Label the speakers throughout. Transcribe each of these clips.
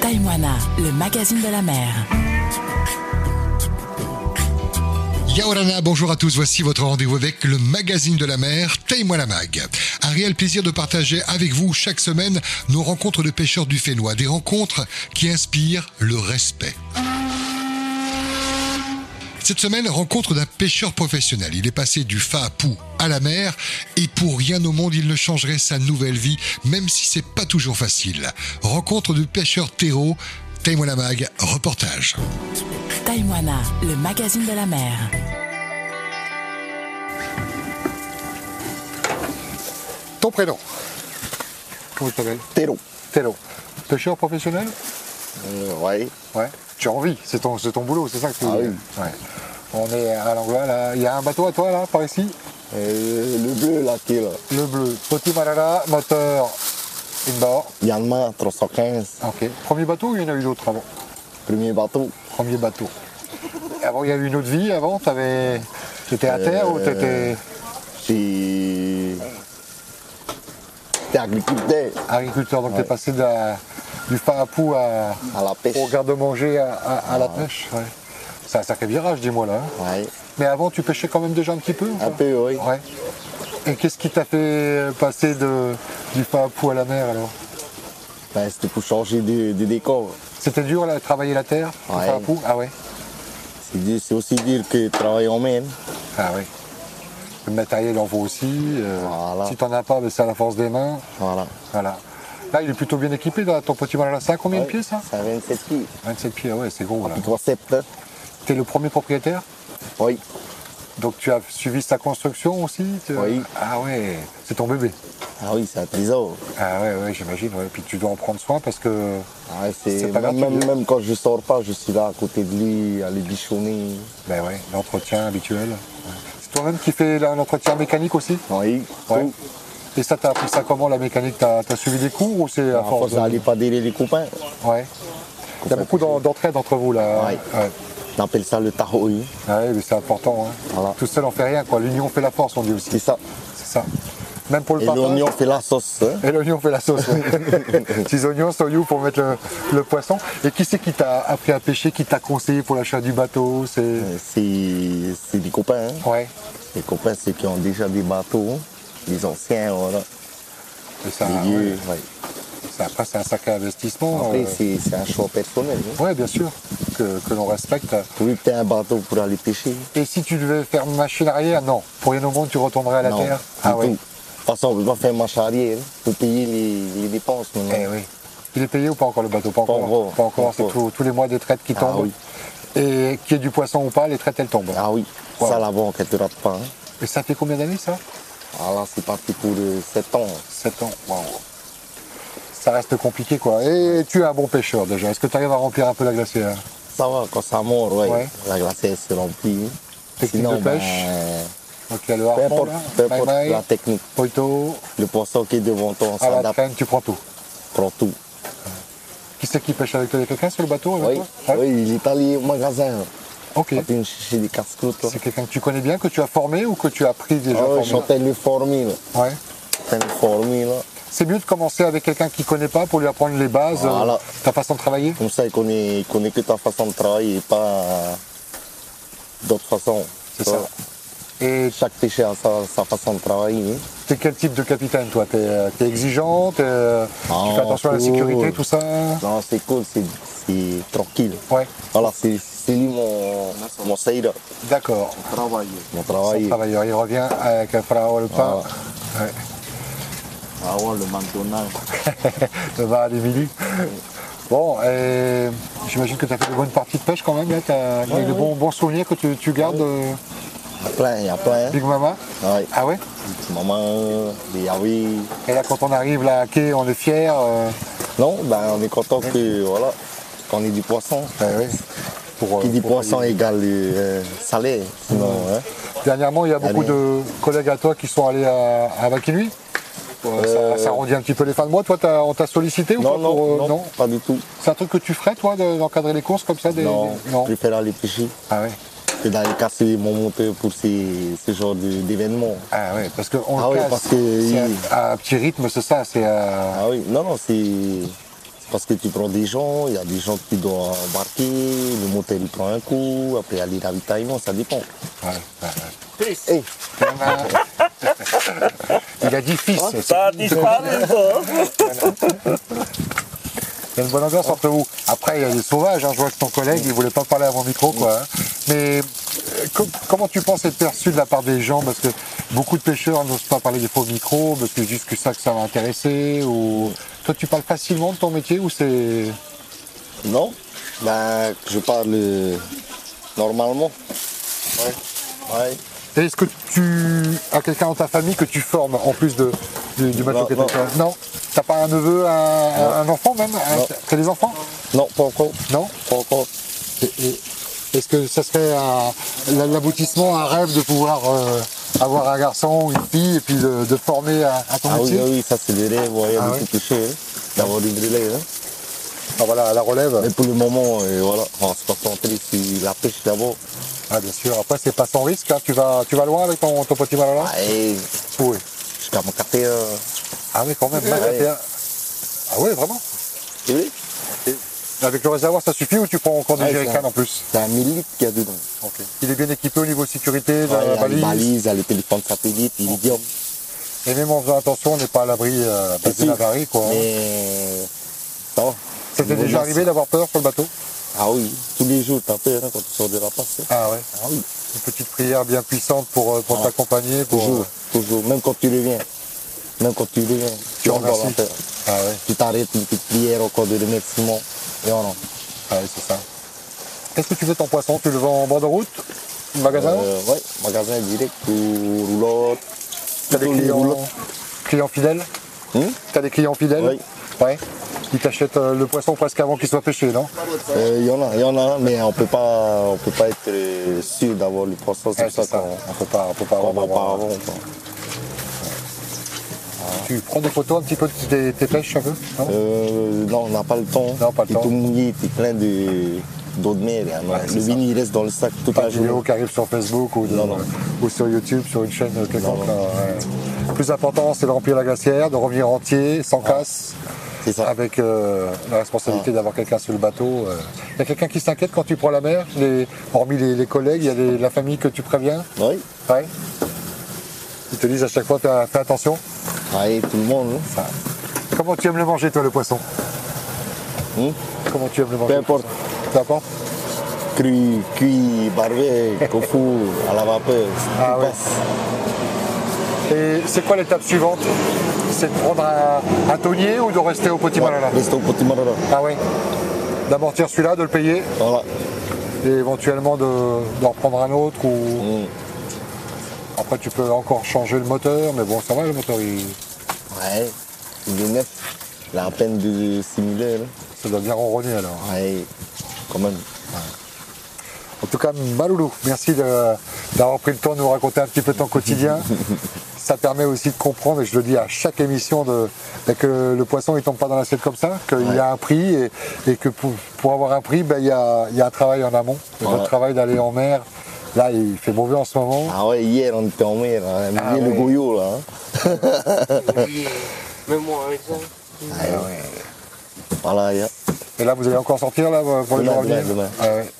Speaker 1: Taïmoana, le magazine de la mer.
Speaker 2: Yaorana, bonjour à tous. Voici votre rendez-vous avec le magazine de la mer, Taille-moi la mag. Un réel plaisir de partager avec vous chaque semaine nos rencontres de pêcheurs du Fénois, des rencontres qui inspirent le respect. Cette semaine, rencontre d'un pêcheur professionnel. Il est passé du fa à pou à la mer et pour rien au monde, il ne changerait sa nouvelle vie, même si c'est pas toujours facile. Rencontre du pêcheur terreau, Taille-moi la mag, reportage.
Speaker 1: Taïmoana, le magazine de la mer.
Speaker 2: Ton prénom Comment tu t'appelles
Speaker 3: Télo.
Speaker 2: Tello. Pêcheur professionnel
Speaker 3: Euh, ouais.
Speaker 2: Ouais. Tu as envie, c'est ton, c'est ton boulot, c'est ça que tu
Speaker 3: Ah oui.
Speaker 2: Ouais. On est à l'anglois là. Il y a un bateau à toi là, par ici
Speaker 3: Euh, le bleu là qui est là.
Speaker 2: Le bleu. Petit Malala, moteur inboard.
Speaker 3: Yanmar 315,
Speaker 2: Ok. Premier bateau ou il y en a eu d'autres avant
Speaker 3: premier bateau.
Speaker 2: Premier bateau. Et Avant, il y a eu une autre vie avant T'avais. T'étais à terre ou
Speaker 3: Euh,
Speaker 2: t'étais
Speaker 3: J'ai. J'étais agriculteur
Speaker 2: agriculteur Donc
Speaker 3: ouais.
Speaker 2: t'es passé de la- du pain à pou à,
Speaker 3: à la pêche.
Speaker 2: au garde-manger à, à- à la pêche ouais. C'est un sacré virage, dis-moi là. hein.
Speaker 3: Ouais.
Speaker 2: Mais avant, tu pêchais quand même déjà un petit peu ou
Speaker 3: Un
Speaker 2: pas
Speaker 3: peu, oui.
Speaker 2: Ouais. Et qu'est-ce qui t'a fait passer de, du pas à pou à la mer alors
Speaker 3: Ben, c'était pour changer de, de décor.
Speaker 2: C'était dur là, de travailler la terre le
Speaker 3: Ouais.
Speaker 2: pas à pou Ah ouais
Speaker 3: C'est dur- c'est aussi dur que travailler en mer.
Speaker 2: Ah ouais. Le matériel en vaut aussi. euh,
Speaker 3: Voilà.
Speaker 2: Si t'en as pas, ben, c'est à la force des mains.
Speaker 3: Voilà.
Speaker 2: Voilà. Là, il est plutôt bien équipé, là, ton petit malin. Ça a combien de
Speaker 3: Ouais,
Speaker 2: pieds ça
Speaker 3: Ça a 27 pieds.
Speaker 2: 27 pieds, ah ouais, c'est gros là.
Speaker 3: Concept, hein.
Speaker 2: T'es le premier propriétaire
Speaker 3: Oui.
Speaker 2: donc tu as suivi sa construction aussi tu-
Speaker 3: Oui.
Speaker 2: Ah ouais, c'est ton bébé.
Speaker 3: Ah oui, c'est un trésor.
Speaker 2: Ah ouais, ouais j'imagine. ouais. Puis tu dois en prendre soin parce que
Speaker 3: Ah ouais, c'est
Speaker 2: C'est pas hein? grave,
Speaker 3: même, même,
Speaker 2: tu-
Speaker 3: même quand je sors pas, je suis là à côté de lui, à le bichonner.
Speaker 2: Ben ouais, l'entretien habituel. Ouais. C'est toi-même qui fais la- l'entretien mécanique aussi
Speaker 3: Oui.
Speaker 2: Ouais.
Speaker 3: Tout.
Speaker 2: Et ça, t'as appris ça comment la mécanique T'as t'as suivi des cours ou c'est à
Speaker 3: À force
Speaker 2: force de-
Speaker 3: d'aller pas délai les copains.
Speaker 2: Ouais. Il y a beaucoup d'en- d'entraide entre vous là.
Speaker 3: Ouais.
Speaker 2: Ouais.
Speaker 3: On appelle ça le tarot. oui.
Speaker 2: Ouais, mais c'est important. hein.
Speaker 3: Voilà.
Speaker 2: Tout seul on fait rien quoi. L'union fait la force, on dit aussi.
Speaker 3: C'est ça.
Speaker 2: C'est ça. Même pour le
Speaker 3: Et
Speaker 2: partage.
Speaker 3: l'oignon fait la sauce. hein.
Speaker 2: Et l'oignon fait la sauce. ouais. Petits oignons, soyou pour mettre le, le poisson. Et qui c'est qui t'a appris à pêcher, qui t'a conseillé pour l'achat du bateau C'est.
Speaker 3: Euh, C'est c'est des copains. hein.
Speaker 2: Ouais.
Speaker 3: Les copains, ceux qui ont déjà des bateaux. hein. Les anciens, voilà.
Speaker 2: Et ça,
Speaker 3: les vieux. ouais.
Speaker 2: Ah ouais, ça, après, c'est un sacré investissement.
Speaker 3: Après,
Speaker 2: euh,
Speaker 3: c'est c'est un choix personnel. hein.
Speaker 2: Oui, bien sûr, que, que l'on respecte.
Speaker 3: Pour lui, t'as un bateau pour aller pêcher.
Speaker 2: Et si tu devais faire machine arrière, non. Pour rien au monde, tu retournerais à la
Speaker 3: non,
Speaker 2: terre.
Speaker 3: du
Speaker 2: Ah
Speaker 3: tout.
Speaker 2: oui.
Speaker 3: De toute façon, on peut pas faire marche arrière hein, pour payer les, les dépenses maintenant.
Speaker 2: Eh oui. Il est payé ou pas encore le bateau Pas encore.
Speaker 3: encore,
Speaker 2: Pas encore,
Speaker 3: pas
Speaker 2: c'est
Speaker 3: encore.
Speaker 2: tous- tous les mois des traites qui
Speaker 3: Ah
Speaker 2: tombent.
Speaker 3: oui.
Speaker 2: Et qu'il y ait du poisson ou pas, les traites elles tombent.
Speaker 3: Ah oui,
Speaker 2: Wow.
Speaker 3: ça la banque, elle te rate pas. hein.
Speaker 2: Et ça fait combien d'années ça
Speaker 3: Ah là, c'est parti pour 7 ans.
Speaker 2: 7 ans. Waouh. Ça reste compliqué quoi. Et tu es un bon pêcheur déjà. Est-ce que tu arrives à remplir un peu la glacière
Speaker 3: Ça va, quand ça mord, ouais,
Speaker 2: Ouais.
Speaker 3: la glacière se remplit. hein.
Speaker 2: Technique
Speaker 3: Sinon,
Speaker 2: de pêche
Speaker 3: ben,
Speaker 2: Donc il y a le
Speaker 3: peu
Speaker 2: harpon,
Speaker 3: importe,
Speaker 2: là,
Speaker 3: peu importe
Speaker 2: maille-maille,
Speaker 3: la technique.
Speaker 2: poitou,
Speaker 3: Le poisson qui est devant toi, on
Speaker 2: à Ah, la
Speaker 3: s'adapte,
Speaker 2: traîne, tu prends tout.
Speaker 3: prend tout.
Speaker 2: Qui c'est qui pêche avec toi Il y a quelqu'un sur le bateau avec
Speaker 3: Oui,
Speaker 2: toi Ouais.
Speaker 3: oui, il est allé au magasin.
Speaker 2: Ok.
Speaker 3: Quand il me cherchait des casse-croûtes. là.
Speaker 2: C'est quelqu'un que tu connais bien, que tu as formé ou que tu as appris déjà
Speaker 3: Ah ouais,
Speaker 2: formé
Speaker 3: j'entends le formule.
Speaker 2: Ouais.
Speaker 3: J'entends le formule. là.
Speaker 2: C'est mieux de commencer avec quelqu'un qui connaît pas pour lui apprendre les bases, euh,
Speaker 3: Voilà.
Speaker 2: ta façon de travailler.
Speaker 3: Comme ça, il connaît, il connaît que ta façon de travailler et pas euh, d'autres façons.
Speaker 2: C'est
Speaker 3: Tu
Speaker 2: ça.
Speaker 3: vois,
Speaker 2: Et
Speaker 3: Chaque pêcheur a sa, sa façon de travailler. hein.
Speaker 2: t'es quel type de capitaine toi T'es euh, t'es exigeant, t'es, euh, tu
Speaker 3: Non,
Speaker 2: fais attention à la
Speaker 3: cool.
Speaker 2: sécurité, tout ça
Speaker 3: Non, c'est cool, c'est c'est tranquille.
Speaker 2: Ouais,
Speaker 3: Voilà, c'est c'est lui mon, mon saïda.
Speaker 2: d'accord.
Speaker 3: Mon
Speaker 2: Son
Speaker 3: travail.
Speaker 2: travailleur, il revient avec un frère le pain. Ouais.
Speaker 3: Ah ouais, le McDonald's.
Speaker 2: Le vin à l'Émilie. Bon, et j'imagine que tu as fait de bonnes parties de pêche quand même. Tu as
Speaker 3: Ouais,
Speaker 2: de
Speaker 3: ouais.
Speaker 2: bons, bons souvenirs que tu, tu gardes, euh,
Speaker 3: Il y a plein, il y a plein. hein.
Speaker 2: Big Mama.
Speaker 3: Ouais.
Speaker 2: Ah ouais
Speaker 3: Maman, les yaoui.
Speaker 2: Et là, quand on arrive là à quai, on est fiers. euh,
Speaker 3: Non, ben, on est content que, voilà, qu'on ait du poisson.
Speaker 2: ben oui, pour, euh,
Speaker 3: Qui dit
Speaker 2: pour-
Speaker 3: poisson égale euh, salé. Sinon, hein.
Speaker 2: Dernièrement, il y a beaucoup
Speaker 3: Allez.
Speaker 2: de collègues à toi qui sont allés à, à Vakinui.
Speaker 3: Euh,
Speaker 2: Ça, ça arrondit un petit peu les fins de mois. Toi, t'as- on t'a sollicité ou
Speaker 3: Non,
Speaker 2: pas pour, euh,
Speaker 3: non, non, pas du tout.
Speaker 2: C'est un truc que tu ferais, toi, de- d'encadrer les courses comme ça des,
Speaker 3: non,
Speaker 2: des-
Speaker 3: je préfère aller pêcher
Speaker 2: Ah ouais.
Speaker 3: que d'aller casser mon moteur pour ces, ce genre de- d'événements.
Speaker 2: Ah ouais, parce qu'on
Speaker 3: Ah
Speaker 2: le
Speaker 3: ouais,
Speaker 2: casse.
Speaker 3: parce que
Speaker 2: C'est
Speaker 3: il-
Speaker 2: à, à petit rythme, c'est ça. C'est à-
Speaker 3: Ah oui, non, non, c'est c'est Parce que tu prends des gens, il y a des gens que tu dois embarquer, le motel il prend un coup, après il y a les ravitaillements, ça dépend. Hey,
Speaker 2: Il a dit fils. C'est
Speaker 4: Oh, Ça a disparu, ça.
Speaker 2: Il y a une bonne ambiance entre vous. Après, il y a des sauvages. hein. Je vois que ton collègue, il voulait pas parler avant le micro, quoi. hein. Mais euh, com- comment tu penses être perçu de la part des gens Parce que beaucoup de pêcheurs n'osent pas parler des faux micros, parce que juste que ça, que ça va intéresser. Ou toi, tu parles facilement de ton métier ou c'est
Speaker 3: non Ben, je parle euh, normalement. Ouais. Ouais.
Speaker 2: Et Est-ce que tu as quelqu'un dans ta famille que tu formes en plus de, du, du matos
Speaker 3: Non,
Speaker 2: que
Speaker 3: non.
Speaker 2: t'as fait Non T'as pas un neveu, un, un enfant même Un-
Speaker 3: Non.
Speaker 2: T'as des enfants
Speaker 3: Non, pas encore.
Speaker 2: Non
Speaker 3: Pas encore.
Speaker 2: Et- et- Est-ce que ça serait un- la- l'aboutissement, un rêve de pouvoir euh, avoir un garçon ou une fille et puis de, de former à, à ton
Speaker 3: Ah oui,
Speaker 2: métier
Speaker 3: ah oui, ça c'est des rêves, ouais, il y a
Speaker 2: Ah
Speaker 3: beaucoup touché, hein, d'avoir des relais. Hein.
Speaker 2: Ah, voilà, à la relève.
Speaker 3: Mais pour le moment, euh, voilà, on va se concentrer sur la pêche d'abord.
Speaker 2: Ah, bien sûr. Après, c'est pas sans risque. hein. Tu, vas, tu vas loin avec ton, ton petit malin
Speaker 3: Ah, et
Speaker 2: Oui.
Speaker 3: jusqu'à mon euh, 41.
Speaker 2: Ah oui, quand même. là,
Speaker 3: Ouais.
Speaker 2: t'es un- Ah oui, vraiment
Speaker 3: Tu veux
Speaker 2: Avec le réservoir, ça suffit ou tu prends encore des
Speaker 3: Ouais, ça-
Speaker 2: jerrycans en plus
Speaker 3: C'est un 1000 litres qu'il y a dedans.
Speaker 2: Il est bien équipé au niveau sécurité, de
Speaker 3: Ouais,
Speaker 2: Ah, la
Speaker 3: il y a les
Speaker 2: balise.
Speaker 3: balises, il y a les téléphones satellites, Iridium.
Speaker 2: Et même en faisant attention, on n'est pas à l'abri euh, bah, d'une avarie. quoi.
Speaker 3: Mais ça va.
Speaker 2: Ça t'est
Speaker 3: Niveau
Speaker 2: déjà
Speaker 3: glace.
Speaker 2: arrivé d'avoir peur sur le bateau
Speaker 3: Ah oui, tous les jours, t'as peur hein, quand tu sors de la passe. hein.
Speaker 2: Ah ouais.
Speaker 3: Ah oui,
Speaker 2: Une petite prière bien puissante pour, euh, pour
Speaker 3: Ah.
Speaker 2: t'accompagner. Pour... euh,
Speaker 3: toujours, toujours, même quand tu reviens. Même quand tu reviens, tu
Speaker 2: en
Speaker 3: encore la
Speaker 2: remercies.
Speaker 3: peur.
Speaker 2: Ah ouais,
Speaker 3: Tu t'arrêtes, une petite prière, encore de remerciements, et on rentre.
Speaker 2: ah ouais, c'est ça. Qu'est-ce que tu fais ton poisson Tu le vends en bord de route Magasin
Speaker 3: Euh, ouais, magasin direct ou roulotte.
Speaker 2: T'as des
Speaker 3: plutôt les
Speaker 2: clients,
Speaker 3: roulottes.
Speaker 2: clients fidèles
Speaker 3: Hmm
Speaker 2: T'as des clients fidèles
Speaker 3: Oui.
Speaker 2: Ouais. Ils t'achètent euh, le poisson presque avant qu'il soit pêché, non
Speaker 3: Euh, Il y en a, il y en a, mais on peut pas, on peut pas être euh, sûr d'avoir le poisson, c'est
Speaker 2: Ouais,
Speaker 3: pour ça qu'on
Speaker 2: On peut pas, Ah, on peut pas
Speaker 3: on
Speaker 2: avoir-
Speaker 3: va pas avant. quoi.
Speaker 2: bah, Tu prends des photos un petit peu de tes, tes pêches un peu non
Speaker 3: Euh, non, on n'a pas le temps.
Speaker 2: Non, pas le
Speaker 3: T'es
Speaker 2: temps.
Speaker 3: tout mouillé, t'es plein de d'eau de mer. hein.
Speaker 2: Ouais, c'est
Speaker 3: le
Speaker 2: ça.
Speaker 3: vin il reste dans le sac toute
Speaker 2: Pas
Speaker 3: la
Speaker 2: de vidéo
Speaker 3: journée.
Speaker 2: qui arrive sur Facebook ou, de-
Speaker 3: Non, non.
Speaker 2: ou sur YouTube, sur une chaîne quelconque.
Speaker 3: Non, non.
Speaker 2: là, ouais. Le plus important, c'est de remplir la glacière, de revenir entier, sans casse,
Speaker 3: Ah. C'est ça. Ah.
Speaker 2: avec euh, la responsabilité d'avoir quelqu'un sur le bateau. euh. Il y a quelqu'un qui s'inquiète quand tu prends la mer, les- hormis les, les collègues, il y a les- la famille que tu préviens
Speaker 3: Oui.
Speaker 2: Ouais. Ils te disent à chaque fois, fais, fais attention.
Speaker 3: Ah, et tout le monde. hein.
Speaker 2: Ça. Comment tu aimes le manger, toi, le poisson
Speaker 3: Hum
Speaker 2: Comment tu aimes le manger
Speaker 3: Peu
Speaker 2: le
Speaker 3: importe.
Speaker 2: poisson Peu importe
Speaker 3: Cru, cuit, barbé, au four, à la vapeur.
Speaker 2: Ah
Speaker 3: tout
Speaker 2: ouais.
Speaker 3: passe.
Speaker 2: Et c'est quoi l'étape suivante C'est de prendre un, un tonnier ou de rester au petit malala
Speaker 3: Reste au petit malala.
Speaker 2: Ah oui D'amortir celui-là, de le payer
Speaker 3: Voilà.
Speaker 2: et éventuellement de, d'en reprendre un autre ou.
Speaker 3: Hum.
Speaker 2: Après tu peux encore changer le moteur, mais bon ça va le moteur il.
Speaker 3: Ouais, il est neuf. Il a à peine de 6 000 heures.
Speaker 2: ça doit bien ronronner alors.
Speaker 3: Ouais, quand même.
Speaker 2: En tout cas, Maloulou, merci de- d'avoir pris le temps de nous raconter un petit peu ton quotidien. Ça permet aussi de comprendre, et je le dis à chaque émission, de, bah, que le poisson il tombe pas dans l'assiette comme ça, qu'il y a un prix, et, et que pour, pour avoir un prix, bah, il y, a, il y a un travail en amont. Et
Speaker 3: Ouais.
Speaker 2: Le travail d'aller en mer, là il fait mauvais en ce moment.
Speaker 3: Ah ouais, hier on était en mer, hein. Il y
Speaker 2: Ah
Speaker 3: avait le
Speaker 2: ouais.
Speaker 3: goyot là. hein.
Speaker 4: Même moi, avec ça.
Speaker 3: Ah Voilà, il y a-
Speaker 2: Et là vous allez encore sortir là, pour les
Speaker 3: Demain,
Speaker 2: jours à venir
Speaker 3: demain, demain.
Speaker 2: Ah ouais.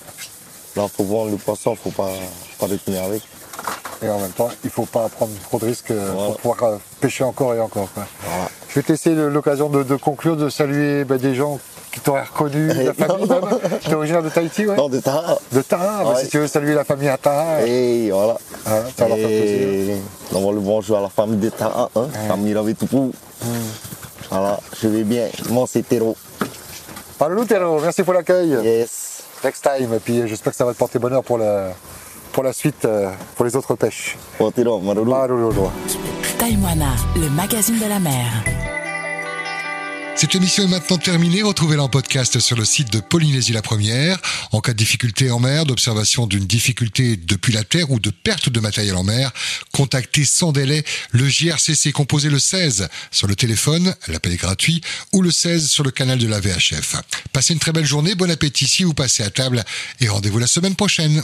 Speaker 3: là faut vendre le poisson, faut pas, faut pas retenir avec.
Speaker 2: Et en même temps, il faut pas prendre trop de risques euh,
Speaker 3: Voilà.
Speaker 2: pour pouvoir euh, pêcher encore et encore. quoi.
Speaker 3: Voilà.
Speaker 2: Je vais te laisser le- l'occasion de, de conclure, de saluer bah, des gens qui t'auraient reconnu, la famille même. Tu es originaire de Tahiti, ouais
Speaker 3: Non, de ça.
Speaker 2: De Taha, bah,
Speaker 3: Ouais.
Speaker 2: si tu veux saluer la famille à Taha.
Speaker 3: Et voilà.
Speaker 2: Ah, ça va leur faire
Speaker 3: Et on va le bonjour à la famille de Taha, hein. famille Ravitoupou. Voilà, je vais bien. Moi c'est Tero.
Speaker 2: Palou Tero, merci pour l'accueil.
Speaker 3: Yes.
Speaker 2: Next time. Et puis euh, j'espère que ça va te porter bonheur pour la, pour la suite, euh, pour les autres pêches.
Speaker 3: Oh, Tero, Marolo.
Speaker 2: Marulolo.
Speaker 1: Taïwana, le magazine de la mer.
Speaker 5: Cette émission est maintenant terminée. Retrouvez-la en podcast sur le site de Polynésie la Première. En cas de difficulté en mer, d'observation d'une difficulté depuis la terre ou de perte de matériel en mer, contactez sans délai le JRCC composé le 16 sur le téléphone, l'appel est gratuit, ou le 16 sur le canal de la VHF. Passez une très belle journée, bon appétit si vous passez à table et rendez-vous la semaine prochaine.